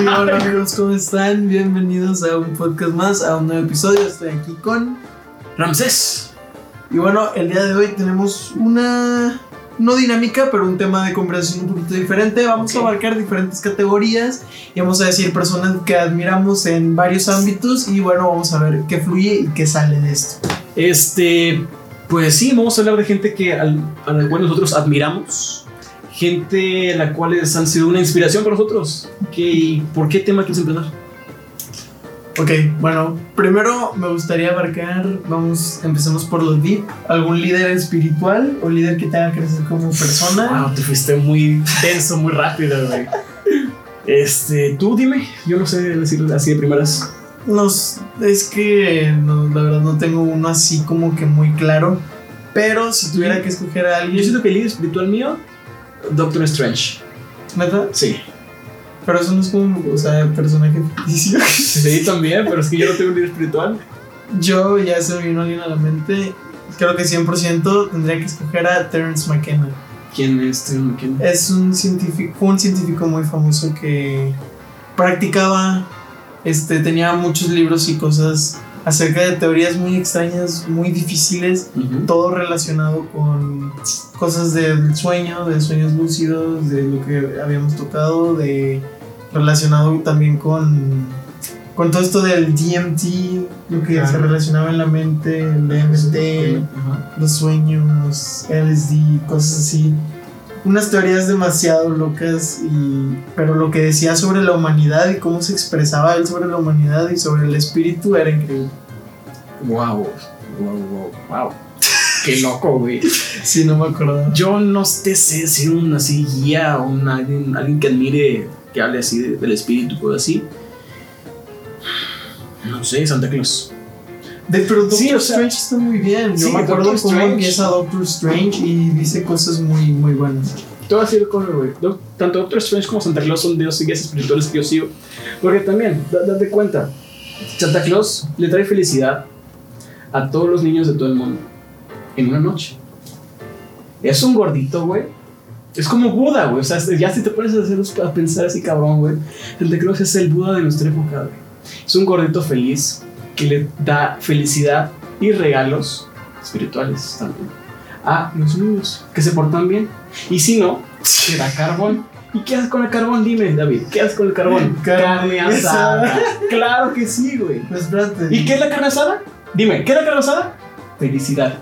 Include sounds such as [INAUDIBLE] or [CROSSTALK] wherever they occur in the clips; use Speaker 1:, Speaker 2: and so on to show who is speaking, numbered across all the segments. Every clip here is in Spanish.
Speaker 1: amigos, ¿cómo están? Bienvenidos a un podcast más, a un nuevo episodio. Estoy aquí con.
Speaker 2: Ramsés.
Speaker 1: Y bueno, el día de hoy tenemos una. No dinámica, pero un tema de conversación un poquito diferente. Vamos
Speaker 2: Ok.
Speaker 1: a abarcar diferentes categorías y vamos a decir personas que admiramos en varios ámbitos. Y bueno, vamos a ver qué fluye y qué sale de esto.
Speaker 2: Este, pues sí, vamos a hablar de gente que al, a la cual nosotros admiramos. Gente a la cual es- han sido una inspiración para nosotros. ¿Qué, y ¿Por qué tema quieres empezar?
Speaker 1: Ok, bueno, primero me gustaría abarcar. Vamos, empecemos por los deep. ¿Algún líder espiritual o líder que te haga crecer como persona?
Speaker 2: Wow, te fuiste muy tenso, muy rápido, güey. Este, tú dime, yo no sé decir así de primeras.
Speaker 1: Los, es que no, la verdad no tengo uno así como que muy claro. Pero si tuviera que escoger a
Speaker 2: Yo
Speaker 1: alguien,
Speaker 2: siento que el líder espiritual mío, Doctor Strange.
Speaker 1: ¿neta?
Speaker 2: Sí.
Speaker 1: Pero eso no es como, o sea, personaje ficticio. [LAUGHS]
Speaker 2: Sí, también, pero es que yo no tengo un líder espiritual.
Speaker 1: Yo ya se me vino alguien a la mente. Creo que 100% tendría que escoger a Terence McKenna.
Speaker 2: ¿Quién es? este? ¿Quién?
Speaker 1: Es un científico, fue un científico muy famoso que practicaba, este, tenía muchos libros y cosas acerca de teorías muy extrañas, muy difíciles.
Speaker 2: Ujú.
Speaker 1: todo relacionado con cosas del sueño, de sueños lúcidos, de lo que habíamos tocado, de relacionado también con con todo esto del DMT, lo que
Speaker 2: Claro.
Speaker 1: se relacionaba en la mente, el DMT,
Speaker 2: Este, Ajá.
Speaker 1: los sueños, LSD, cosas así. Unas teorías demasiado locas, y, pero lo que decía sobre la humanidad y cómo se expresaba él sobre la humanidad y sobre el espíritu era increíble.
Speaker 2: Wow, wow, wow, wow. Qué loco, güey.
Speaker 1: Sí, no me acordaba.
Speaker 2: Yo no te sé si un así guía o un alguien, alguien que admire, que hable así de- del espíritu, cosas así. No sé, Santa Claus.
Speaker 1: De, pero Doctor
Speaker 2: Sí, o sea,
Speaker 1: Strange está muy bien. Yo
Speaker 2: sí,
Speaker 1: me acuerdo
Speaker 2: Doctor
Speaker 1: cómo
Speaker 2: Strange.
Speaker 1: empieza Doctor Strange y dice cosas muy, muy buenas.
Speaker 2: Te voy a decir cómo, güey. Doc- Tanto Doctor Strange como Santa Claus son dioses y guías espirituales que yo sigo. Porque también, da- date cuenta, Santa Claus le trae felicidad a todos los niños de todo el mundo en una noche. Es un gordito, güey. Es como Buda, güey. O sea, ya si te pones a, hacer- a pensar así, cabrón, güey. Santa Claus es el Buda de nuestra época, güey. Es un gordito feliz que le da felicidad y regalos espirituales también a los niños que se portan bien. Y si no, te da carbón. ¿Y qué haces con el carbón? Dime, David, ¿qué haces con el carbón?
Speaker 1: Carne asada.
Speaker 2: claro que sí, güey.
Speaker 1: Pero Pues, espérate.
Speaker 2: ¿Y qué es la carne asada? Dime, ¿qué es la carne asada? Felicidad.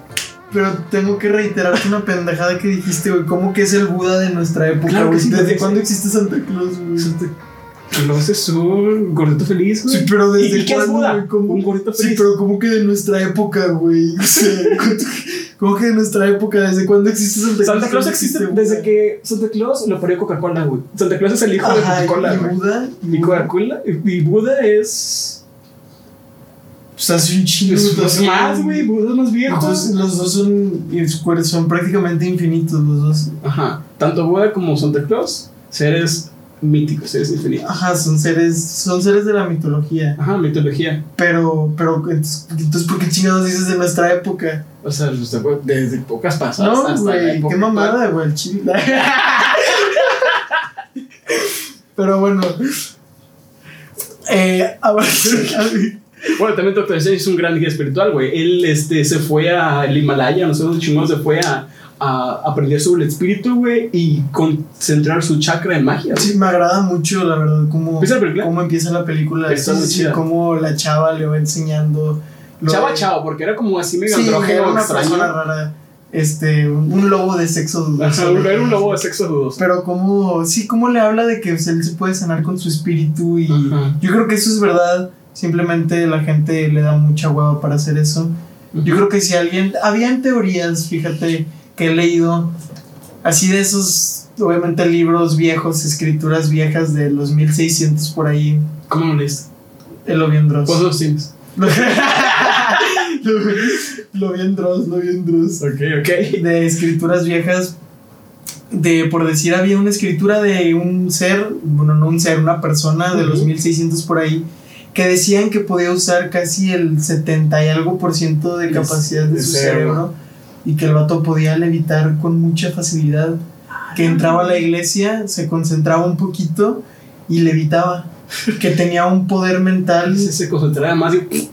Speaker 1: Pero tengo que reiterarte una pendejada que dijiste, güey. ¿Cómo que es el Buda de nuestra época,
Speaker 2: Claro que
Speaker 1: güey?
Speaker 2: sí,
Speaker 1: ¿Desde
Speaker 2: desde-
Speaker 1: cuándo existe Santa Claus, güey?
Speaker 2: Claus es un gordito feliz,
Speaker 1: Sí, pero
Speaker 2: ¿Y,
Speaker 1: ¿desde
Speaker 2: y qué es
Speaker 1: cuándo,
Speaker 2: Buda?
Speaker 1: güey? ¿Cómo?
Speaker 2: Un gordito feliz.
Speaker 1: Sí, pero ¿cómo que de nuestra época, [LAUGHS] güey? O sea, ¿cómo que de nuestra época? ¿Desde cuándo existe Santa Claus?
Speaker 2: Santa Claus existe desde que Santa Claus lo parió Coca-Cola, güey. Santa Claus es el hijo de Coca-Cola,
Speaker 1: Ajá, y
Speaker 2: güey.
Speaker 1: Buda.
Speaker 2: Y Coca-Cola, y y Buda es.
Speaker 1: Pues hace un chingo.
Speaker 2: Es es
Speaker 1: también.
Speaker 2: más, güey. Buda es más viejo.
Speaker 1: Entonces, los dos son, y squares son prácticamente infinitos los dos.
Speaker 2: Ajá. Tanto Buda como Santa Claus, seres míticos, seres infinitos.
Speaker 1: Ajá, son seres, son seres de la mitología.
Speaker 2: Ajá, mitología.
Speaker 1: Pero, pero entonces, entonces, ¿por qué chingados dices de nuestra época?
Speaker 2: O sea, desde desde épocas pasadas
Speaker 1: No,
Speaker 2: hasta la
Speaker 1: güey,
Speaker 2: época
Speaker 1: qué
Speaker 2: actual.
Speaker 1: mamada, güey, el chile. [LAUGHS] pero bueno. Eh,
Speaker 2: [LAUGHS]
Speaker 1: ahora
Speaker 2: Bueno, también Doctor Strange es un gran guía espiritual, güey. Él este, se fue al Himalaya, no sé dónde chingados se fue a, a aprender sobre el espíritu, güey, y concentrar su chakra en magia. güey.
Speaker 1: sí, me agrada mucho, la verdad, cómo,
Speaker 2: ¿Viste la película?
Speaker 1: cómo empieza la película.
Speaker 2: Está
Speaker 1: sí,
Speaker 2: muy
Speaker 1: sí,
Speaker 2: chida.
Speaker 1: cómo la chava le va enseñando. lo
Speaker 2: Chava,
Speaker 1: de-
Speaker 2: chava, porque era como así medio
Speaker 1: Sí, era
Speaker 2: andrógeno,
Speaker 1: una persona
Speaker 2: extraño.
Speaker 1: rara. Este, un, un lobo de sexo
Speaker 2: Ajá,
Speaker 1: dudoso.
Speaker 2: Era un lobo de sexo dudoso.
Speaker 1: Pero como, sí, como le habla de que pues, él se puede sanar con su espíritu y
Speaker 2: Ajá.
Speaker 1: yo creo que eso es verdad. Simplemente la gente le da mucha hueva para hacer eso. Yo creo que si alguien, habían teorías, fíjate, que he leído, así de esos, obviamente libros viejos, escrituras viejas de los 1600 por ahí,
Speaker 2: ¿Cómo lo leíste?
Speaker 1: él lo vio en Dross.
Speaker 2: ¿Cuántos tienes?
Speaker 1: Lo, [LAUGHS] lo vi en Dross, lo vi en Dross
Speaker 2: Ok,
Speaker 1: [LAUGHS]
Speaker 2: ok.
Speaker 1: de escrituras viejas. De, por decir, había una escritura de un ser, bueno, no un ser, una persona de los
Speaker 2: Ujú.
Speaker 1: 1600 por ahí, que decían que podía usar casi el 70 y algo por ciento de
Speaker 2: De-
Speaker 1: capacidad de,
Speaker 2: de
Speaker 1: su cerebro
Speaker 2: cerebro.
Speaker 1: y que el vato podía levitar con mucha facilidad. Que entraba a la iglesia, se concentraba un poquito y levitaba. que tenía un poder mental.
Speaker 2: Se, se concentraba más y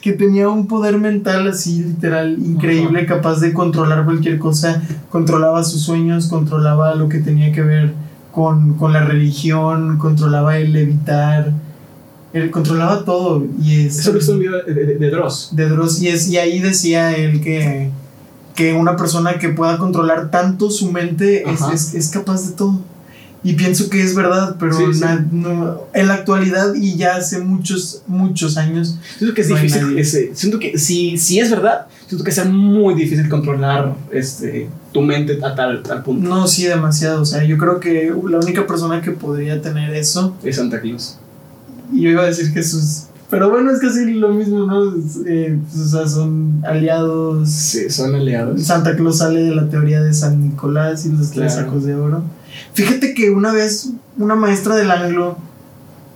Speaker 1: que tenía un poder mental así literal increíble, capaz de controlar cualquier cosa, controlaba sus sueños, controlaba lo que tenía que ver con, con la religión, controlaba el levitar, él controlaba todo y es
Speaker 2: Eso lo hizo un video de, de, de Dross.
Speaker 1: de Dross y es y ahí decía él que que una persona que pueda controlar tanto su mente es,
Speaker 2: Ajá.
Speaker 1: es- es capaz de todo. Y pienso que es verdad, pero
Speaker 2: Sí, sí.
Speaker 1: na- no- en la actualidad y ya hace muchos, muchos años,
Speaker 2: Siento que es
Speaker 1: No hay
Speaker 2: difícil.
Speaker 1: nadie.
Speaker 2: ese- siento que si, si es verdad, siento que sea muy difícil controlar este, tu mente a tal, tal punto.
Speaker 1: No, sí, demasiado. O sea, yo creo que la única persona que podría tener eso,
Speaker 2: Es Santa Claus.
Speaker 1: y yo iba a decir Jesús. Pero bueno, es casi lo mismo, ¿no? Es, eh, pues, o sea, son aliados.
Speaker 2: Sí, son aliados.
Speaker 1: Santa Claus sale de la teoría de San Nicolás y los tres
Speaker 2: Claro.
Speaker 1: sacos de oro. Fíjate que una vez una maestra del anglo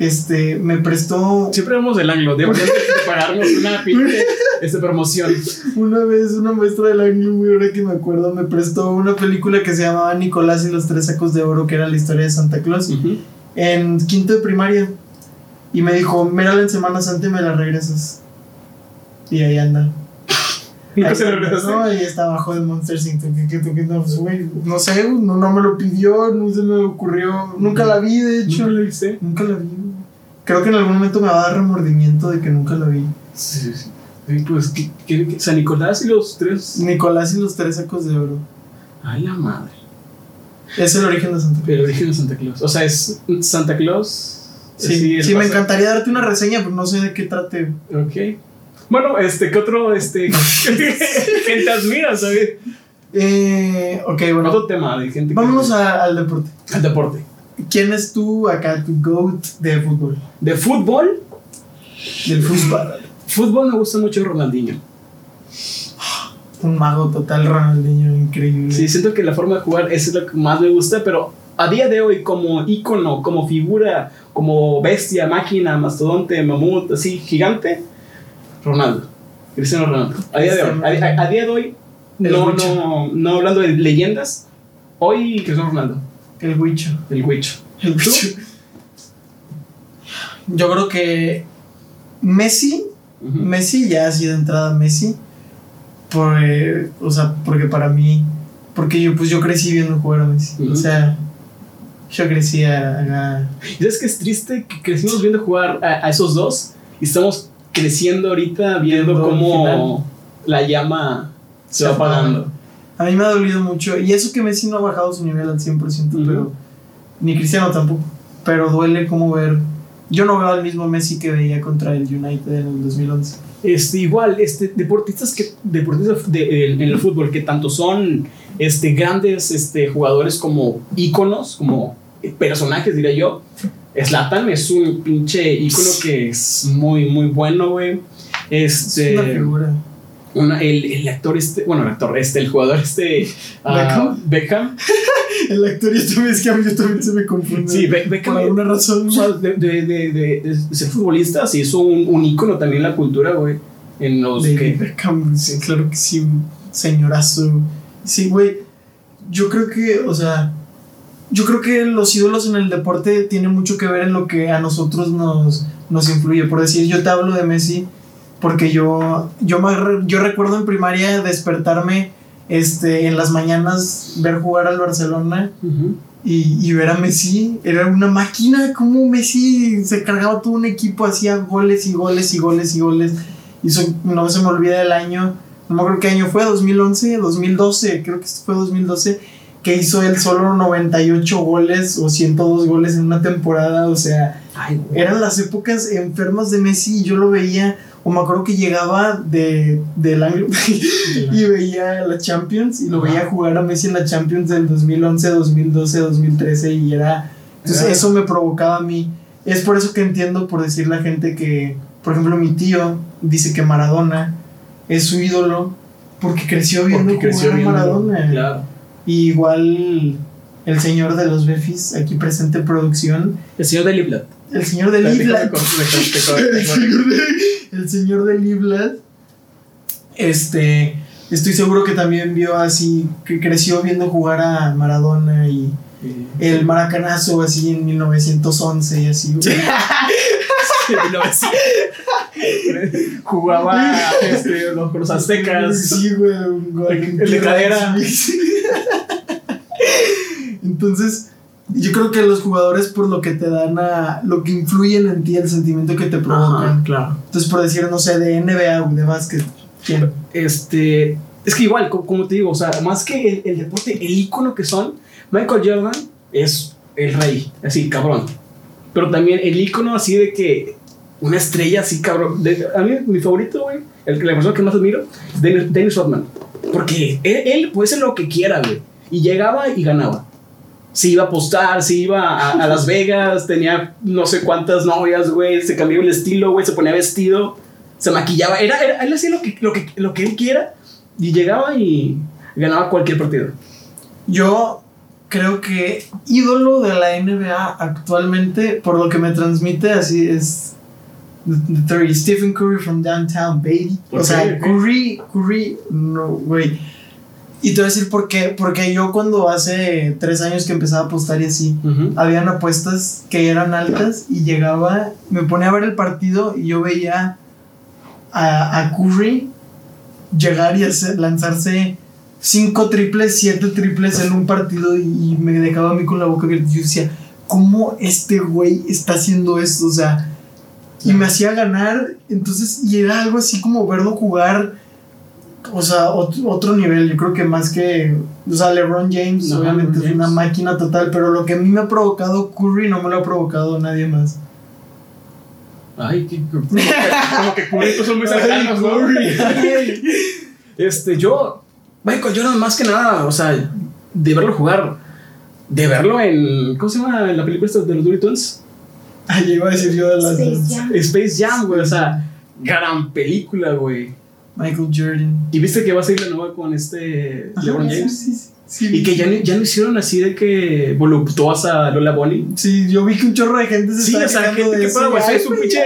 Speaker 1: este, me prestó
Speaker 2: Siempre vamos del anglo. [LAUGHS] Deberíamos de prepararnos una pinche este, promoción.
Speaker 1: Una vez una maestra del año, muy ahora que me acuerdo, me prestó una película que se llamaba Nicolás y los tres sacos de oro, que era la historia de Santa Claus,
Speaker 2: Ujú.
Speaker 1: en quinto de primaria. Y me dijo, mírala en Semana Santa y me la regresas. Y ahí anda.
Speaker 2: Nunca
Speaker 1: Ahí
Speaker 2: se
Speaker 1: está,
Speaker 2: regresó.
Speaker 1: No, ahí está abajo de Monster Inc. Que, que- que- que- no, pues, güey, no sé, no, no me lo pidió, no se me ocurrió. Nunca la vi, de hecho.
Speaker 2: Nunca lo hice.
Speaker 1: Nunca la vi. güey. Creo que en algún momento me va a dar remordimiento de que nunca la vi.
Speaker 2: Sí, sí, sí. Sí, Pues, ¿qué- qué- qué? San Nicolás y los tres.
Speaker 1: Nicolás y los tres sacos de oro.
Speaker 2: Ay, la madre.
Speaker 1: Es el origen de Santa Claus.
Speaker 2: El origen de Santa Claus. O sea, es Santa Claus.
Speaker 1: Sí,
Speaker 2: así,
Speaker 1: sí,
Speaker 2: el
Speaker 1: me
Speaker 2: pasado.
Speaker 1: encantaría darte una reseña, pero no sé de qué trate.
Speaker 2: Ok. Bueno, este, ¿qué otro, este, [LAUGHS] gente admira, sabes?
Speaker 1: Eh, ok, bueno.
Speaker 2: Otro tema de gente. que-
Speaker 1: Vámonos a- al deporte.
Speaker 2: al deporte.
Speaker 1: ¿Quién es tú acá, tu GOAT de fútbol?
Speaker 2: De fútbol,
Speaker 1: Del fútbol.
Speaker 2: fútbol me gusta mucho Ronaldinho.
Speaker 1: Un mago total, Ronaldinho, increíble.
Speaker 2: Sí, siento que la forma de jugar esa es lo que más me gusta, pero a día de hoy como ícono, como figura, como bestia, máquina, mastodonte, mamut, así gigante, Ronaldo. Cristiano Ronaldo. A día de hoy, a, a- a día de hoy,
Speaker 1: El
Speaker 2: no,
Speaker 1: Wicho.
Speaker 2: no, no hablando de leyendas, hoy Cristiano Ronaldo,
Speaker 1: El Huicho.
Speaker 2: el Wicho.
Speaker 1: El Huicho. Yo creo que Messi,
Speaker 2: Ujú.
Speaker 1: Messi ya ha sido entrada Messi. Por, eh, o sea, porque para mí, porque yo pues yo crecí viendo jugar a Messi. O
Speaker 2: Ujú.
Speaker 1: sea, yo crecí a, a-
Speaker 2: Y sabes que es triste que crecimos viendo jugar a, a esos dos y estamos creciendo ahorita viendo
Speaker 1: Viendo
Speaker 2: cómo la llama se va
Speaker 1: Se apaga.
Speaker 2: apagando.
Speaker 1: A mí me ha dolido mucho. Y eso que Messi no ha bajado su nivel al 100%,
Speaker 2: Ujú.
Speaker 1: pero. Ni Cristiano tampoco. Pero duele como ver. Yo no veo al mismo Messi que veía contra el United en el 2011.
Speaker 2: Este, igual, este, deportistas que deportistas de- de- en el fútbol que tanto son este, grandes este, jugadores como íconos, como personajes, diría yo. Slatan es un pinche ícono que es muy, muy bueno, güey. Este,
Speaker 1: Es una figura. [LAUGHS]
Speaker 2: una- el, el actor este, bueno, el actor este, el jugador este, ah, Beckham.
Speaker 1: El actor, yo también, es que a mí yo también se me confunde.
Speaker 2: Sí, Be- Beckham.
Speaker 1: Por alguna razón.
Speaker 2: O sea, de, de, de, de- de ser futbolista se hizo un, un ícono también en la cultura, güey. En los
Speaker 1: David
Speaker 2: que.
Speaker 1: Beckham, sí, claro que sí, un señorazo. Sí, güey, yo creo que, o sea, yo creo que los ídolos en el deporte tienen mucho que ver en lo que a nosotros nos, nos influye. Por decir, yo te hablo de Messi porque yo, yo, me re- yo recuerdo en primaria despertarme este, en las mañanas, ver jugar al Barcelona
Speaker 2: Ujú.
Speaker 1: y, y ver a Messi. Era una máquina, como Messi se cargaba todo un equipo, hacía goles y goles y goles y goles. Y eso no se me olvida el año, no me acuerdo qué año fue, 2011, 2012, creo que fue 2012, que hizo él solo 98 goles o 102 goles en una temporada. O sea,
Speaker 2: Ay, güey.
Speaker 1: eran las épocas enfermas de Messi y yo lo veía, o me acuerdo que llegaba de, del [LAUGHS] ángulo y veía la Champions y lo
Speaker 2: Ajá.
Speaker 1: veía jugar a Messi en la Champions del 2011, 2012, 2013 y era... Entonces
Speaker 2: Era-
Speaker 1: eso me provocaba a mí. Es por eso que entiendo por decir la gente que, por ejemplo, mi tío dice que Maradona es su ídolo porque creció viendo
Speaker 2: Porque creció
Speaker 1: jugar a
Speaker 2: viendo-
Speaker 1: Maradona.
Speaker 2: Claro.
Speaker 1: Y igual el señor de los Befis, aquí presente producción,
Speaker 2: El señor de Liplat.
Speaker 1: el señor de Libla. [LAUGHS] El señor de- el señor de Liblas. Este, estoy seguro que también vio así, que creció viendo jugar a Maradona y
Speaker 2: [LAUGHS]
Speaker 1: el maracanazo así en 1911 y así, güey. [LAUGHS]
Speaker 2: Jugaba este, los, con [LAUGHS] los aztecas.
Speaker 1: Sí, güey, un gol.
Speaker 2: El de cadera.
Speaker 1: [LAUGHS] Entonces, yo creo que los jugadores por lo que te dan a. lo que influyen en ti, el sentimiento que te provocan.
Speaker 2: claro.
Speaker 1: Entonces, por decir, no sé, de NBA o de básquet. ¿quién?
Speaker 2: Este, es que igual, co- como te digo, o sea, más que el, el deporte, el ícono que son, Michael Jordan es el rey, así, cabrón. Pero también el ícono así de que una estrella así, cabrón. De- a mí, mi favorito, güey, el, la persona que más admiro, Dennis, Dennis Rodman. Porque él, él puede ser lo que quiera, güey. Y llegaba y ganaba. Se iba a apostar, se iba a, a Las Vegas, tenía no sé cuántas novias, güey, se cambió el estilo, güey, se ponía vestido, se maquillaba, era, era- él hacía lo que, lo, que, lo que él quiera y llegaba y ganaba cualquier partido.
Speaker 1: Yo creo que ídolo de la NBA actualmente, por lo que me transmite, así es. The the Three, Stephen Curry from Downtown, baby. O
Speaker 2: Ok,
Speaker 1: sea,
Speaker 2: ok.
Speaker 1: Curry, Curry, no, güey. Y te voy a decir por qué. Porque yo, cuando hace tres años que empezaba a apostar y así, habían apuestas que eran altas y llegaba, me ponía a ver el partido y yo veía a, a Curry llegar y hacer- lanzarse cinco triples, siete triples en un partido y, y me dejaba a mí con la boca abierta. Yo decía, ¿cómo este güey está haciendo esto? O sea, y me hacía ganar, entonces, y era algo así como verlo jugar. O sea, ot- otro nivel, yo creo que más que. O sea, LeBron James,
Speaker 2: Ajá,
Speaker 1: obviamente,
Speaker 2: LeBron
Speaker 1: es una
Speaker 2: James.
Speaker 1: máquina total, pero lo que a mí me ha provocado Curry no me lo ha provocado nadie más. [LAUGHS]
Speaker 2: Ay, qué, como que, como que públicos son muy cercanos, ¿no? Este, yo, Michael Jordan, más que nada, o sea, de verlo jugar, de verlo en, ¿cómo se llama la película esta de los Looney Tunes?
Speaker 1: Ay, iba a decir yo de las dos.
Speaker 3: Space Jam.
Speaker 2: Space Jam, güey, o sea, gran película, güey.
Speaker 1: Michael Jordan.
Speaker 2: Y viste que va a salir la nueva con este LeBron
Speaker 3: Ajá,
Speaker 2: James.
Speaker 1: Sí, sí, sí.
Speaker 2: Y que ya, no- ya no hicieron así de que voluptuosa Lola Bonnie.
Speaker 1: Sí, yo vi que un chorro de gente se
Speaker 2: Sí,
Speaker 1: estaba
Speaker 2: o sea,
Speaker 1: quejando
Speaker 2: gente
Speaker 1: de
Speaker 2: que
Speaker 1: eso.
Speaker 2: para, güey,
Speaker 1: Ya,
Speaker 2: es un
Speaker 1: güey,
Speaker 2: pinche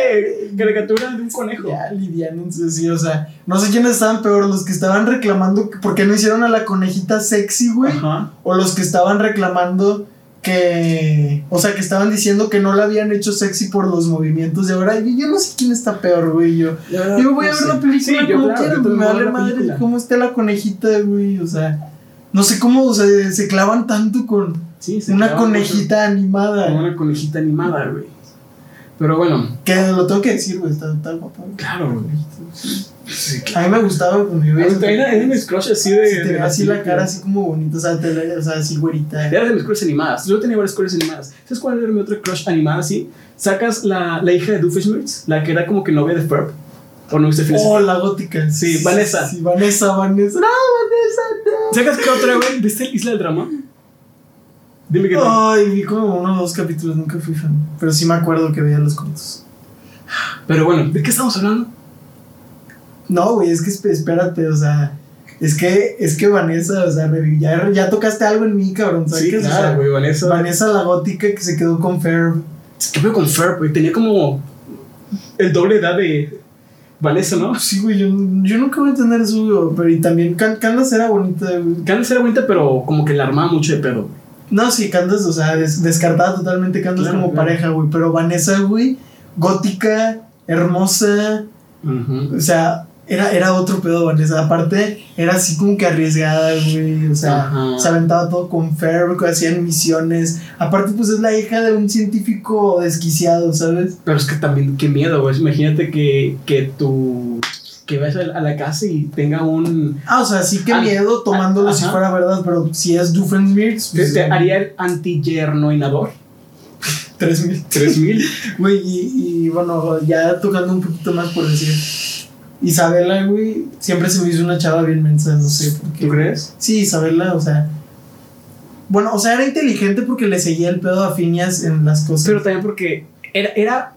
Speaker 2: caricatura de un conejo.
Speaker 1: Ya, lidiánense, sí, o sea, no sé quiénes estaban peor, los que estaban reclamando que- por qué no hicieron a la conejita sexy, güey,
Speaker 2: Ajá.
Speaker 1: o los que estaban reclamando que, o sea, que estaban diciendo que no la habían hecho sexy por los movimientos de ahora, yo, yo no sé quién está peor, güey, yo, yo voy a ver la película
Speaker 2: pues Sí, yo,
Speaker 1: como
Speaker 2: claro,
Speaker 1: quiera,
Speaker 2: yo también
Speaker 1: me
Speaker 2: voy a
Speaker 1: vale
Speaker 2: ver la
Speaker 1: madre
Speaker 2: película.
Speaker 1: cómo esté la conejita, güey, o sea, no sé cómo, o sea, se clavan tanto con
Speaker 2: Sí, se
Speaker 1: una
Speaker 2: quedaba mucho
Speaker 1: conejita animada,
Speaker 2: Con una conejita animada, güey. Pero bueno,
Speaker 1: que lo tengo que decir, güey, está, está guapa, güey.
Speaker 2: claro, güey. Sí, claro.
Speaker 1: A mí me gustaba cuando yo
Speaker 2: A
Speaker 1: veía esa
Speaker 2: mí también Era
Speaker 1: película.
Speaker 2: era de mis crushes así de.
Speaker 1: Si te
Speaker 2: de
Speaker 1: ve
Speaker 2: las
Speaker 1: así la
Speaker 2: películas.
Speaker 1: cara así como bonita, o sea, te la- o sea así güerita.
Speaker 2: Era de mis crushes animadas. Yo tenía varias crushes animadas. ¿Sabes cuál era mi otra crush animada así? Sacas la, la hija de Doofenshmirtz, la que era como que novia de Ferb. ¿O no este viste Phineas y
Speaker 1: Oh, la gótica.
Speaker 2: Sí, Vanessa.
Speaker 1: Sí, Vanessa, Vanessa. No, Vanessa,
Speaker 2: ¿Sacas qué otra, güey? ¿Viste el Isla del Drama? Dime que
Speaker 1: no.
Speaker 2: no.
Speaker 1: Ay, vi como uno o dos capítulos, nunca fui fan. Pero sí me acuerdo que veía los cortos.
Speaker 2: Pero bueno, ¿de qué estamos hablando?
Speaker 1: No, güey, es que esp- espérate, o sea. Es que, es que Vanessa, o sea, revi- ya, ya tocaste algo en mí, cabrón. ¿sabes? O sea,
Speaker 2: Vanessa.
Speaker 1: Vanessa la gótica que se quedó con Ferb.
Speaker 2: ¿Qué fue con Ferb, güey? Tenía como el doble edad de Vanessa, ¿no?
Speaker 1: Sí, güey, yo, yo nunca voy a entender eso, güey, pero y también Can- Candace era bonita, güey.
Speaker 2: Candace era bonita, pero como que la armaba mucho de pedo. güey.
Speaker 1: No, sí, Candace, o sea, des- descartada totalmente Candace
Speaker 2: Claro,
Speaker 1: como
Speaker 2: claro.
Speaker 1: pareja, güey. Pero Vanessa, güey, gótica, hermosa, o sea, era, era otro pedo Vanessa. Aparte, era así como que arriesgada, güey. O sea,
Speaker 2: Ajá.
Speaker 1: se aventaba todo con Ferb, que hacían misiones. Aparte, pues es la hija de un científico desquiciado, ¿sabes?
Speaker 2: Pero es que también, qué miedo, güey. Imagínate que, que tú. que vayas a la, a la casa y tenga un.
Speaker 1: Ah, o sea, sí que
Speaker 2: Ah,
Speaker 1: miedo tomándolo
Speaker 2: ah,
Speaker 1: si
Speaker 2: ajá.
Speaker 1: fuera verdad, pero si es Doofenshmirtz,
Speaker 2: Te,
Speaker 1: pues,
Speaker 2: te haría el [LAUGHS] antiyernoinador.
Speaker 1: 3000.
Speaker 2: 3000.
Speaker 1: Güey, y, y, bueno, ya tocando un poquito más por decir. Isabela, güey, siempre se me hizo una chava bien mensa, no sé por qué.
Speaker 2: ¿Tú crees?
Speaker 1: Sí, Isabela, o sea. Bueno, o sea, era inteligente porque le seguía el pedo a Phineas en las cosas.
Speaker 2: Pero también porque era. era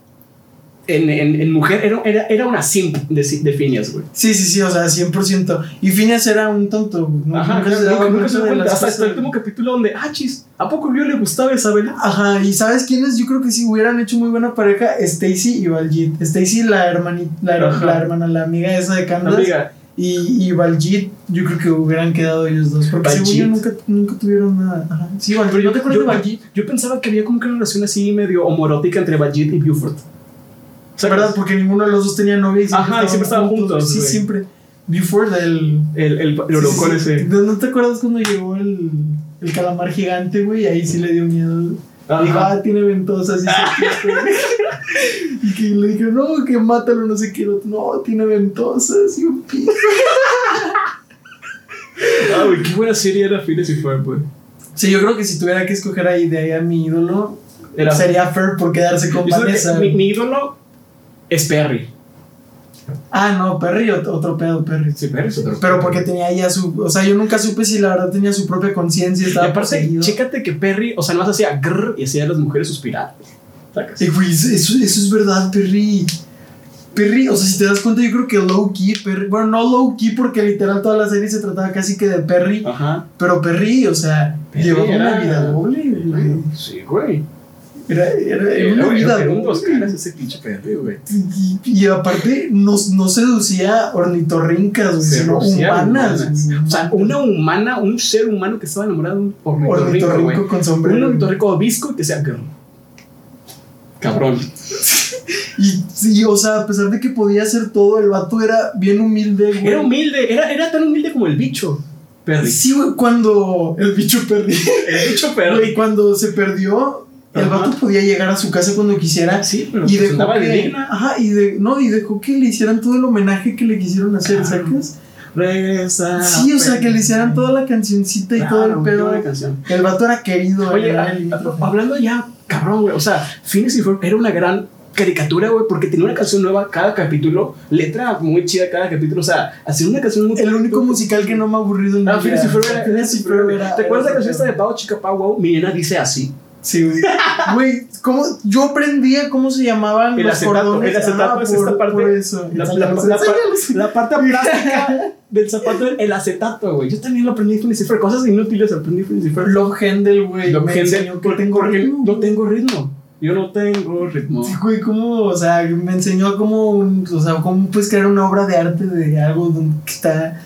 Speaker 2: en, en, en mujer, era, era, era una simp de, de Phineas, güey.
Speaker 1: sí, sí, sí, o sea, 100%. Y Phineas era un tonto, güey, ¿no?
Speaker 2: Ajá,
Speaker 1: Nunca
Speaker 2: claro,
Speaker 1: se daba
Speaker 2: nunca, nunca
Speaker 1: cuenta
Speaker 2: se
Speaker 1: de
Speaker 2: dio cuenta.
Speaker 1: las
Speaker 2: Hasta, hasta el
Speaker 1: cosas.
Speaker 2: último capítulo donde, ah, chis, ¿a poco yo le gustaba Isabela?
Speaker 1: Ajá, y ¿sabes quiénes? Yo creo que sí hubieran hecho muy buena pareja, Stacy y Valjit. Stacy, la hermanita, la, her-
Speaker 2: Ajá.
Speaker 1: la hermana, la amiga esa de
Speaker 2: No,
Speaker 1: Candace.
Speaker 2: amiga,
Speaker 1: y, y Valjit, yo creo que hubieran quedado ellos dos. Porque según yo
Speaker 2: Valjit.
Speaker 1: nunca, nunca tuvieron nada. Ajá. Sí, Valjit.
Speaker 2: Pero
Speaker 1: ¿No
Speaker 2: yo,
Speaker 1: te
Speaker 2: yo,
Speaker 1: acuerdas de
Speaker 2: yo,
Speaker 1: Valjit?
Speaker 2: yo pensaba que había como que una relación así medio homorótica entre Bajit y Buford.
Speaker 1: La verdad, porque ninguno de los dos tenía novia. Y
Speaker 2: Ajá, y siempre estaban juntos,
Speaker 1: Sí,
Speaker 2: güey.
Speaker 1: siempre. Before del.
Speaker 2: El, el, el
Speaker 1: Sí,
Speaker 2: orocón
Speaker 1: sí, sí.
Speaker 2: ese.
Speaker 1: ¿No, no te acuerdas cuando llegó el, el calamar gigante, güey? Ahí sí le dio miedo.
Speaker 2: Ajá.
Speaker 1: Dijo, ah, tiene ventosas. Y,
Speaker 2: [LAUGHS]
Speaker 1: se- y que le dije, no, que mátalo, no sé qué. El otro, No, tiene ventosas y un piso.
Speaker 2: Ah, güey, qué buena serie era Phineas y Ferb, güey.
Speaker 1: Sí, yo creo que si tuviera que escoger ahí de ahí a mi ídolo,
Speaker 2: Era.
Speaker 1: sería Fer por quedarse con
Speaker 2: Yo siento que
Speaker 1: Vanessa.
Speaker 2: mi, mi ídolo es Perry.
Speaker 1: Ah, no, Perry, ot- otro pedo, Perry.
Speaker 2: Sí, Perry es otro.
Speaker 1: Pero porque tenía ya su. O sea, yo nunca supe si la verdad tenía su propia conciencia.
Speaker 2: Y
Speaker 1: Estaba
Speaker 2: aparte,
Speaker 1: poseído.
Speaker 2: chécate que Perry, o sea, nomás hacía grrr y hacía a las mujeres suspirar. Sacas.
Speaker 1: Eh, güey, eso, eso- eso es verdad, Perry. Perry, o sea, si te das cuenta, yo creo que low key, Perry. Bueno, no low key porque literal toda la serie se trataba casi que de Perry.
Speaker 2: Ajá.
Speaker 1: Pero Perry, o sea,
Speaker 2: Perry
Speaker 1: llevaba una
Speaker 2: era-
Speaker 1: vida doble, güey.
Speaker 2: Sí, güey.
Speaker 1: Era, era- era
Speaker 2: Era,
Speaker 1: una
Speaker 2: güey,
Speaker 1: vida
Speaker 2: era un dos caras
Speaker 1: doble.
Speaker 2: ese pinche Perry, güey.
Speaker 1: Y, y aparte, no, no seducía ornitorrincas, güey,
Speaker 2: Se
Speaker 1: sino
Speaker 2: rociaban
Speaker 1: humanas.
Speaker 2: humanas. O sea, una humana, un ser humano que estaba enamorado de un ornitorrinco, güey.
Speaker 1: ornitorrinco con
Speaker 2: Un
Speaker 1: sombrero.
Speaker 2: ornitorrinco obisco que sea grrr. Cabrón.
Speaker 1: Y sí, o sea, a pesar de que podía hacer todo, el vato era bien humilde, güey.
Speaker 2: Era humilde, era, era tan humilde como el bicho. Perry.
Speaker 1: Sí, güey, cuando el bicho Perry.
Speaker 2: El bicho
Speaker 1: Y cuando se perdió, el
Speaker 2: Ajá.
Speaker 1: vato podía llegar a su casa cuando quisiera.
Speaker 2: Sí, pero
Speaker 1: Y
Speaker 2: pues
Speaker 1: dejó,
Speaker 2: andaba
Speaker 1: que,
Speaker 2: divina.
Speaker 1: ajá, y, de, no, y dejó que le hicieran todo el homenaje que le quisieron hacer,
Speaker 2: Claro.
Speaker 1: ¿sacas?
Speaker 2: Regresa.
Speaker 1: sí, o sea, que le hicieran toda la cancioncita y todo el pedo.
Speaker 2: canción.
Speaker 1: El vato era querido.
Speaker 2: Oye, ah,
Speaker 1: era
Speaker 2: a-
Speaker 1: el-
Speaker 2: a- hablando ya, cabrón, güey. O sea, Phineas y Ferb era una gran caricatura, güey, porque tenía una canción nueva cada capítulo, letra muy chida cada capítulo. O sea, hacía una canción muy.
Speaker 1: el único musical que no me ha aburrido en
Speaker 2: Ah,
Speaker 1: mi vida.
Speaker 2: Phineas y Ferb era-
Speaker 1: Phineas y Ferb era-
Speaker 2: ¿Te acuerdas de la
Speaker 1: era-
Speaker 2: canción esta de Pau Chica Pau Wow? Mi nena dice así.
Speaker 1: Sí, güey. Güey, ¿cómo? yo aprendía cómo se llamaban
Speaker 2: El
Speaker 1: Ah, los
Speaker 2: acetato,
Speaker 1: cordones.
Speaker 2: el acetato
Speaker 1: Ah,
Speaker 2: es
Speaker 1: por,
Speaker 2: esta parte-
Speaker 1: por eso.
Speaker 2: La, la-
Speaker 1: Entonces,
Speaker 2: la-
Speaker 1: [LAUGHS]
Speaker 2: la parte plástica del zapato, el acetato, güey. Yo también lo aprendí de Phineas y Ferb. Cosas inútiles aprendí de Phineas y Ferb.
Speaker 1: Love Handel, güey.
Speaker 2: Lo
Speaker 1: me
Speaker 2: gente-
Speaker 1: enseñó que
Speaker 2: porque-
Speaker 1: tengo
Speaker 2: porque
Speaker 1: ritmo.
Speaker 2: no tengo ritmo. Yo no tengo ritmo.
Speaker 1: Sí, güey, cómo, o sea, me enseñó cómo, un- o sea, cómo puedes crear una obra de arte de algo de un- que está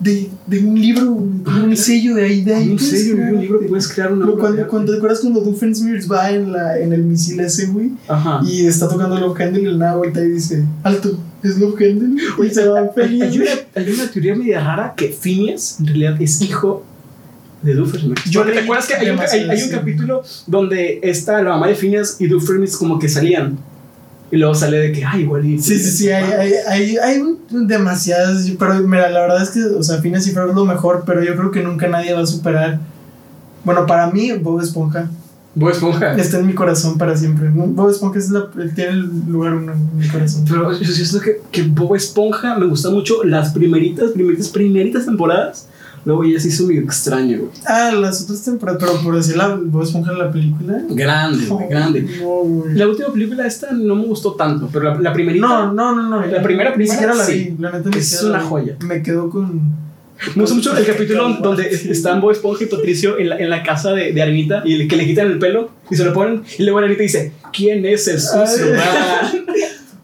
Speaker 1: de, de un libro, güey, de un sello de ahí, de ahí.
Speaker 2: En
Speaker 1: puedes
Speaker 2: serio,
Speaker 1: crear
Speaker 2: un libro
Speaker 1: arte.
Speaker 2: puedes crear una
Speaker 1: Pero
Speaker 2: obra de
Speaker 1: cuando,
Speaker 2: arte.
Speaker 1: cuando te acuerdas cuando Doofenshmirtz va en, la, en el misil ese, güey,
Speaker 2: Ajá.
Speaker 1: y está tocando Love Handel y el nada vuelta y dice, alto, es Love Handel, y se va
Speaker 2: Hay, hay
Speaker 1: feliz.
Speaker 2: una, hay una teoría media rara que Phineas en realidad es hijo de Doofenshmirtz.
Speaker 1: Yo
Speaker 2: Porque ¿Te
Speaker 1: leí
Speaker 2: acuerdas que hay un, hay-
Speaker 1: demasiado,
Speaker 2: hay un
Speaker 1: sí.
Speaker 2: capítulo donde está la mamá de Phineas y Doofenshmirtz como que salían? Y luego sale de que, ay, igual y...
Speaker 1: Sí, sí, sí, hay, hay, hay, hay un- demasiadas, pero mira, la verdad es que, o sea, Phineas y Ferb es lo mejor, pero yo creo que nunca nadie va a superar. Bueno, para mí, Bob Esponja
Speaker 2: Bob Esponja.
Speaker 1: está en mi corazón para siempre. ¿no? Bob Esponja es la, tiene el lugar uno en mi corazón.
Speaker 2: Pero yo siento que, que Bob Esponja me gusta mucho las primeritas, primeritas, primeritas temporadas. Luego ya se hizo medio extraño, güey.
Speaker 1: Ah, las otras temporadas, pero por decir la Bob Esponja en la película.
Speaker 2: Grande, güey,
Speaker 1: Oh.
Speaker 2: grande.
Speaker 1: No, güey.
Speaker 2: La última película esta no me gustó tanto, pero la, la primerita
Speaker 1: No, no, no, no.
Speaker 2: La primera,
Speaker 1: ni
Speaker 2: primera,
Speaker 1: siquiera la
Speaker 2: sí.
Speaker 1: vi. La neta ni
Speaker 2: Es
Speaker 1: siquiera la
Speaker 2: una
Speaker 1: vi.
Speaker 2: joya.
Speaker 1: Me quedo con.
Speaker 2: me gusta mucho el capítulo
Speaker 1: Con-
Speaker 2: donde están Bob Esponja y Patricio en la, en la casa de, de Arenita y el que le quitan el pelo y se lo ponen y luego Arenita dice, ¿quién es el sucio?
Speaker 1: Ay.
Speaker 2: Ah,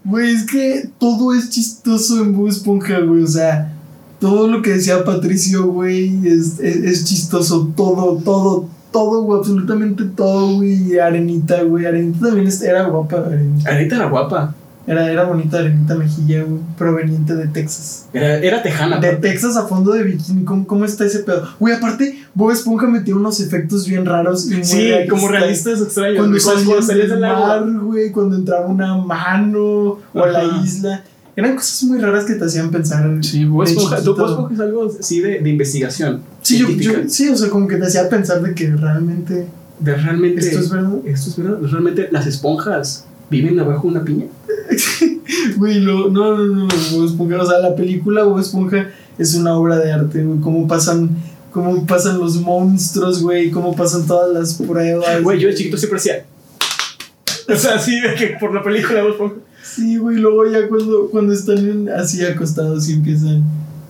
Speaker 1: Güey, es que todo es chistoso en Bob Esponja, güey. O sea, todo lo que decía Patricio, güey, es, es, es chistoso. Todo, todo, todo, güey. Absolutamente todo, güey. Y Arenita, güey. Arenita también es- era guapa, Arenita.
Speaker 2: Arenita era guapa,
Speaker 1: Era, era bonita Arenita Mejilla, güey. Proveniente de Texas.
Speaker 2: era, era tejana.
Speaker 1: De
Speaker 2: pero-
Speaker 1: Texas a fondo de bikini. ¿Cómo, cómo está ese pedo? Güey, aparte, Bob Esponja metió unos efectos bien raros y muy
Speaker 2: sí, como
Speaker 1: realistas.
Speaker 2: realistas extraños.
Speaker 1: Cuando
Speaker 2: güey, cuando
Speaker 1: salías
Speaker 2: salías
Speaker 1: del
Speaker 2: del agua.
Speaker 1: mar, güey, cuando entraba una mano o
Speaker 2: Ajá.
Speaker 1: la isla. Eran cosas muy raras que te hacían pensar.
Speaker 2: Sí, Bob
Speaker 1: de
Speaker 2: Esponja,
Speaker 1: chiquito.
Speaker 2: Bob Esponja es algo así de, de investigación.
Speaker 1: Sí, yo,
Speaker 2: científica.
Speaker 1: yo- sí, o sea, como que te hacía pensar de que realmente
Speaker 2: De realmente...
Speaker 1: esto es verdad.
Speaker 2: esto es verdad, realmente las esponjas viven abajo de una piña.
Speaker 1: Güey, lo- no, no, no, Bob Esponja, o sea, la película Bob Esponja es una obra de arte, güey, cómo pasan, cómo pasan los monstruos, güey, cómo pasan todas las pruebas.
Speaker 2: Güey, yo de chiquito siempre hacía. O sea, así de que por la película de Bob Esponja.
Speaker 1: Sí, güey, luego ya cuando, cuando están en- así acostados y empiezan.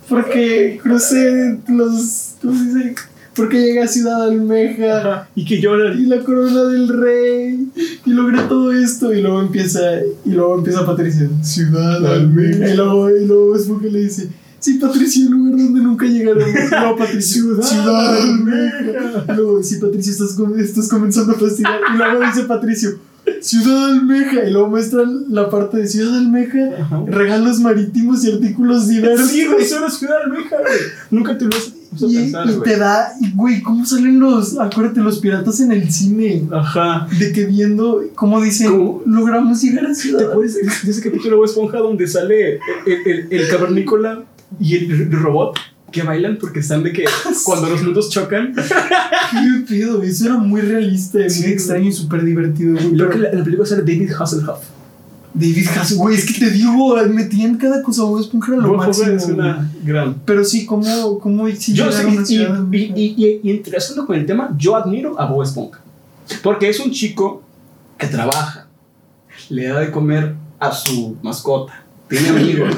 Speaker 1: Porque crucé los. ¿Cómo se dice? Porque llegué a Ciudad Almeja
Speaker 2: Y que lloran.
Speaker 1: y la corona del rey y logré todo esto. Y luego empieza, y luego empieza Patricia, Ciudad Almeja. Y luego, y luego es porque le dice. Sí, Patricio, el lugar donde nunca llegaremos.
Speaker 2: [LAUGHS]
Speaker 1: No, Patricio, ciudad.
Speaker 2: Almeja.
Speaker 1: almeja. Luego, sí, Patricio, estás, com- estás comenzando a fastidiar. Y luego dice Patricio, Ciudad Almeja. Y luego muestran la parte de Ciudad Almeja,
Speaker 2: Ajá.
Speaker 1: regalos marítimos y artículos diversos.
Speaker 2: Sí, güey, solo es ciudad almeja, güey. Nunca te lo has puesto a
Speaker 1: Y,
Speaker 2: pensar,
Speaker 1: y te
Speaker 2: güey.
Speaker 1: da, y, güey, ¿cómo salen los, acuérdate, los piratas en el cine?
Speaker 2: Ajá.
Speaker 1: De que viendo, como dicen,
Speaker 2: ¿Cómo?
Speaker 1: logramos llegar a
Speaker 2: ¿Te
Speaker 1: Ciudad
Speaker 2: acuerdas de ese capítulo de Bob Esponja donde sale el, el, el cavernícola y el r- robot que bailan porque están de [LAUGHS] que cuando los mundos chocan?
Speaker 1: Qué pedo, güey, eso era muy realista, y
Speaker 2: Sí,
Speaker 1: muy
Speaker 2: güey.
Speaker 1: extraño y súper divertido, güey.
Speaker 2: Creo
Speaker 1: Pero-
Speaker 2: que la, la película sale David Hasselhoff.
Speaker 1: David Hasselhoff, güey, es que te digo, metían cada cosa, Bob Esponja era lo
Speaker 2: Bob
Speaker 1: máximo.
Speaker 2: Esponja es una gran.
Speaker 1: Pero sí, ¿cómo, cómo sí
Speaker 2: Yo
Speaker 1: llegaron a
Speaker 2: sí,
Speaker 1: Ciudad
Speaker 2: y,
Speaker 1: Almeja?
Speaker 2: y, y, y interesando con el tema, yo admiro a Bob Esponja. Porque es un chico que trabaja, le da de comer a su mascota, tiene amigos.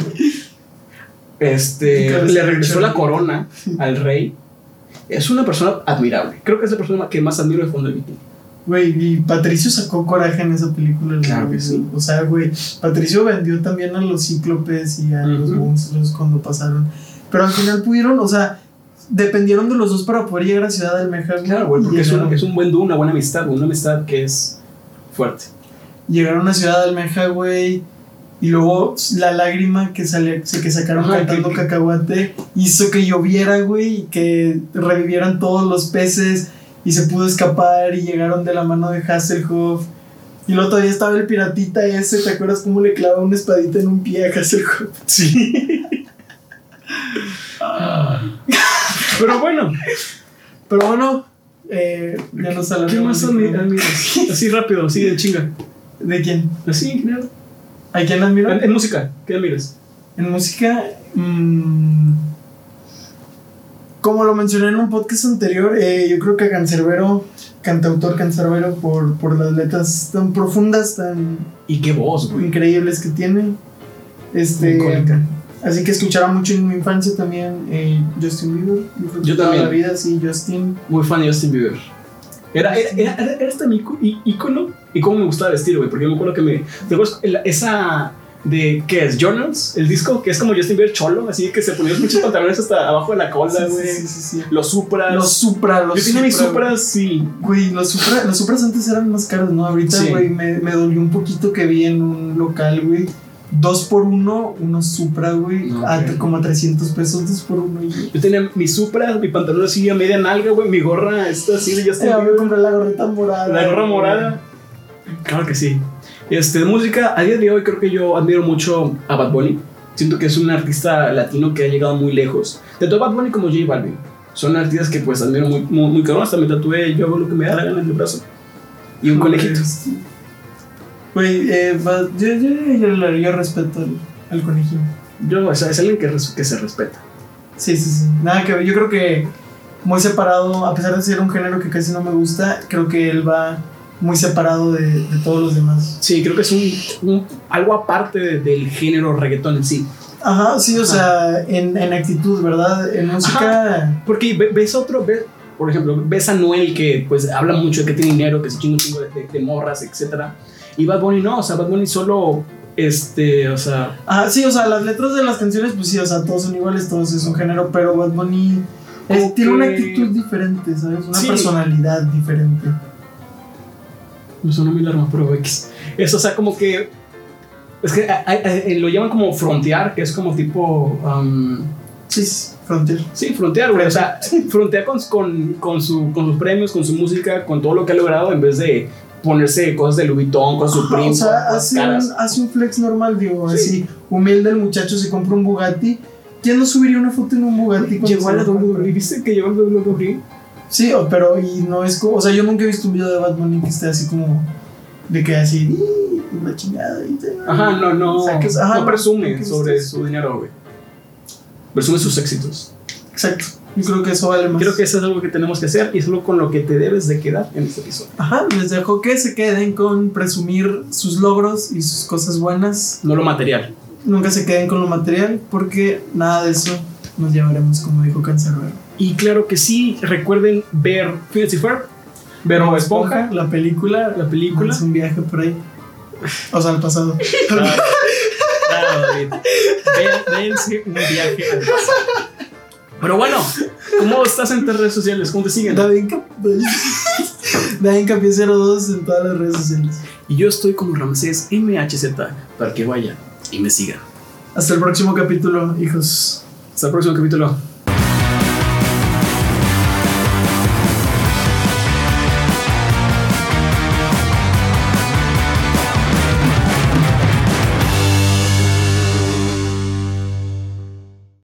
Speaker 2: Este,
Speaker 1: Claro,
Speaker 2: le
Speaker 1: sí,
Speaker 2: regresó
Speaker 1: sí.
Speaker 2: la corona al rey. Es una persona admirable. Creo que es la persona que más admiro de fondo de mi vida.
Speaker 1: Güey, y Patricio sacó coraje en esa película.
Speaker 2: Claro
Speaker 1: güey.
Speaker 2: que sí.
Speaker 1: O sea, güey, Patricio vendió también a los cíclopes y a los
Speaker 2: Ujú.
Speaker 1: monstruos cuando pasaron. Pero al final pudieron, o sea, dependieron de los dos para poder llegar a Ciudad Almeja. güey,
Speaker 2: Claro, güey,
Speaker 1: y
Speaker 2: porque es
Speaker 1: llegaron,
Speaker 2: un, es un buen dúo, una buena amistad, una amistad que es fuerte.
Speaker 1: llegaron a Ciudad Almeja, güey. Y luego la lágrima que, sale, que sacaron
Speaker 2: Ajá,
Speaker 1: cantando
Speaker 2: que-
Speaker 1: cacahuate hizo que lloviera, güey, y que revivieran todos los peces y se pudo escapar y llegaron de la mano de Hasselhoff. Y luego todavía estaba el piratita ese, ¿te acuerdas cómo le clava una espadita en un pie a
Speaker 2: [LAUGHS]
Speaker 1: Hasselhoff? Sí.
Speaker 2: Pero bueno,
Speaker 1: Pero bueno, eh, ya nos hablamos.
Speaker 2: ¿qué más admi- admiras? [LAUGHS] Así rápido, así de chinga.
Speaker 1: ¿De quién?
Speaker 2: Así en general.
Speaker 1: ¿A quién admiro?
Speaker 2: En, en música, ¿qué admiras?
Speaker 1: En música, mm, como lo mencioné en un podcast anterior, eh, yo creo que a Cancerbero, cantautor Cancerbero, por, por las letras tan profundas, tan
Speaker 2: Y qué voz,
Speaker 1: Mm.
Speaker 2: güey.
Speaker 1: increíbles que tiene. Este,
Speaker 2: Icónica.
Speaker 1: así que escuchaba mucho en mi infancia también eh, Justin Bieber. Yo, creo que
Speaker 2: Yo
Speaker 1: toda
Speaker 2: también.
Speaker 1: la vida, sí, Justin.
Speaker 2: Muy fan de Justin Bieber. Era, era, era, era, era este mi ico- í- ícono y cómo me gustaba vestir, güey. Porque yo me acuerdo que me. ¿Te acuerdas? El- Esa. De, ¿Qué es? Journals, el disco, que es como Justin Bieber cholo, así que se ponía
Speaker 1: [LAUGHS]
Speaker 2: los pinches pantalones hasta abajo de la cola,
Speaker 1: Sí,
Speaker 2: güey.
Speaker 1: sí, sí, sí, sí.
Speaker 2: Los supras.
Speaker 1: Los Supra, los
Speaker 2: yo tenía mis
Speaker 1: Supra,
Speaker 2: supras, sí.
Speaker 1: Güey, los Supra, los Supras antes eran más caros, ¿no? Ahorita,
Speaker 2: Sí.
Speaker 1: güey, me, me dolió un poquito que vi en un local, güey. Dos por uno, unos Supra, güey.
Speaker 2: No,
Speaker 1: a-
Speaker 2: güey.
Speaker 1: como a 300 pesos, dos por uno. Y...
Speaker 2: Yo tenía mis supras, mi pantalón así a media nalga, güey. Mi gorra, esta así de Justin
Speaker 1: Eh, a mí me
Speaker 2: Bieber.
Speaker 1: compré la gorrita morada.
Speaker 2: La gorra
Speaker 1: güey.
Speaker 2: morada. Claro que sí. Este, de música, a día de hoy creo que yo admiro mucho a Bad Bunny. Siento que es un artista latino que ha llegado muy lejos. Tanto Bad Bunny como J Balvin. Son artistas que pues admiro muy, muy, muy cabrón. Hasta me tatué, yo hago lo que me da la gana en el brazo. Y un conejito.
Speaker 1: Güey, eh, va- yo, yo, yo, yo- yo respeto al, al conejito.
Speaker 2: Yo, o sea, es alguien que, res- que se respeta.
Speaker 1: Sí, sí, sí. Nada que ver. Yo creo que muy separado, a pesar de ser un género que casi no me gusta, creo que él va muy separado de, de todos los demás.
Speaker 2: Sí, creo que es un, un- algo aparte de- del género reggaetón en sí.
Speaker 1: Ajá, sí, o sea, en, en actitud, ¿verdad? En música.
Speaker 2: Porque ve- ves otro, ves, por ejemplo, ves a Noel que pues habla mucho de que tiene dinero, que se chinga un chingo de, de- de morras, etc. Y Bad Bunny no, o sea, Bad Bunny solo, este, o sea,
Speaker 1: Ah, sí, o sea, las letras de las canciones, pues sí, o sea, todos son iguales, todos es un género, pero Bad Bunny es-
Speaker 2: Como
Speaker 1: tiene una
Speaker 2: que-
Speaker 1: actitud diferente, ¿sabes? Una
Speaker 2: Sí.
Speaker 1: personalidad diferente.
Speaker 2: me sonó mi alarma, pero X. Es, o sea, como que, es que a- a- a- lo llaman como frontear, que es como tipo, am,
Speaker 1: Sí, sí, Frontier.
Speaker 2: sí, frontear, güey, o sea, [LAUGHS] frontear con, con, con su, con sus premios, con su música, con todo lo que ha logrado, en vez de ponerse cosas de Louis Vuitton, con su primo,
Speaker 1: o sea,
Speaker 2: con
Speaker 1: hace
Speaker 2: caras.
Speaker 1: un, hace un flex normal, digo,
Speaker 2: Sí.
Speaker 1: así, humilde el muchacho, se compra un Bugatti. ¿Quién no subiría una foto en un Bugatti? cuando
Speaker 2: Llegó a
Speaker 1: se
Speaker 2: la
Speaker 1: lo compra?
Speaker 2: WWE, ¿viste que llegó a la E? WWE?
Speaker 1: Sí, o- pero y no es como, o sea, yo nunca he visto un video de Bad Bunny que esté así como, de que así, "Ih, la chingada. y te-
Speaker 2: Ajá, no, no.
Speaker 1: O sea, que- ajá,
Speaker 2: no presume
Speaker 1: que-
Speaker 2: sobre su dinero, güey. Presume sus éxitos.
Speaker 1: Exacto, yo creo que eso vale más.
Speaker 2: Creo que eso es algo que tenemos que hacer y es algo con lo que te debes de quedar en este episodio.
Speaker 1: Ajá, les dejo que se queden con presumir sus logros y sus cosas buenas.
Speaker 2: No lo material.
Speaker 1: Nunca se queden con lo material porque nada de eso nos llevaremos, como dijo Cancerbero.
Speaker 2: Y claro que sí, recuerden ver Fancy Fair, ver Bob Esponja,
Speaker 1: la película,
Speaker 2: la película. [LAUGHS]
Speaker 1: es un viaje por ahí. O sea, al pasado.
Speaker 2: Ah, ah, David. Ven- Dense un viaje al pasado. Pero bueno, ¿cómo estás en tus redes sociales? ¿Cómo te siguen?
Speaker 1: David Cap- [LAUGHS] David Capié 02 en todas las redes sociales.
Speaker 2: Y yo estoy como Ramsés MHZ para que vayan y me sigan.
Speaker 1: Hasta el próximo capítulo, hijos.
Speaker 2: Hasta el próximo capítulo.